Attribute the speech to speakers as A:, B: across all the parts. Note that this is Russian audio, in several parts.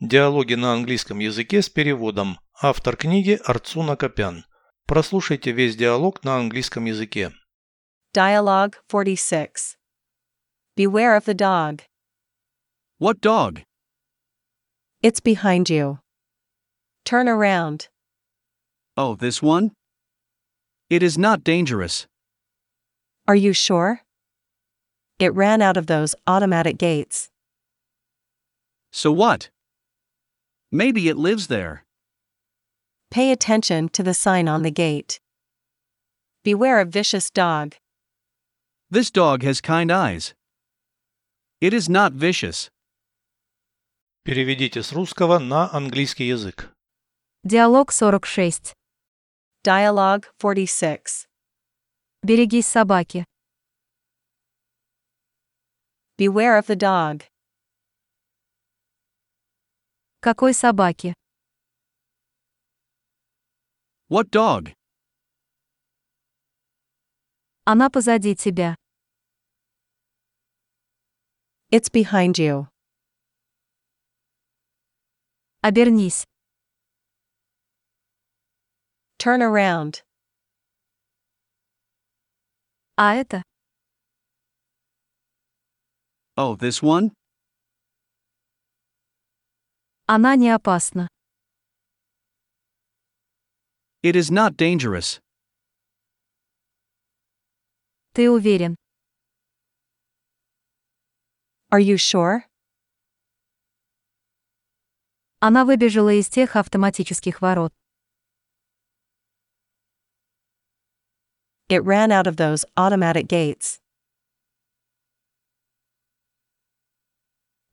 A: Диалоги на английском языке с переводом. Автор книги Арцуна Копян. Прослушайте весь диалог на английском языке.
B: Dialogue 46. Beware of the dog.
C: What dog?
B: It's behind you. Turn around.
C: Oh, this one? It is not dangerous.
B: Are you sure? It ran out of those automatic gates.
C: So what? Maybe it lives there.
B: Pay attention to the sign on the gate. Beware of vicious dog.
C: This dog has kind eyes. It is not vicious.
A: Переведите с русского на английский язык.
D: Диалог 46.
B: Dialogue 46.
D: Берегись собаки.
B: Beware of the dog.
D: Какой собаки?
C: What dog?
D: Она позади тебя.
B: It's behind you.
D: Обернись.
B: Turn around.
D: А это?
C: Oh, this one?
D: Она не опасна.
C: It is not dangerous.
D: Ты уверен?
B: Are you sure?
D: Она выбежала из тех автоматических ворот.
B: It ran out of those automatic gates.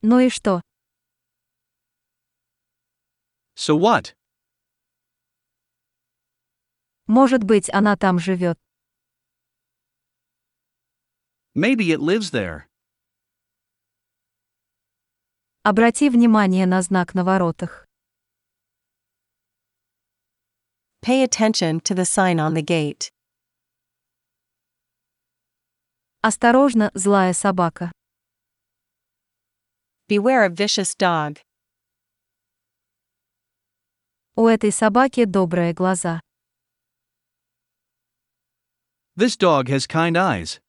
D: Ну и что?
C: So what?
D: Может быть, она там живет.
C: Maybe it lives there.
D: Обрати внимание на знак на воротах.
B: Pay attention to the sign on the gate.
D: Осторожно, злая собака.
B: Beware of vicious dog.
D: У этой собаки добрые глаза.
C: This dog has kind eyes.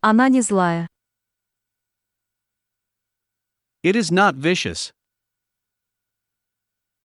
D: Она не злая.
C: It is not vicious.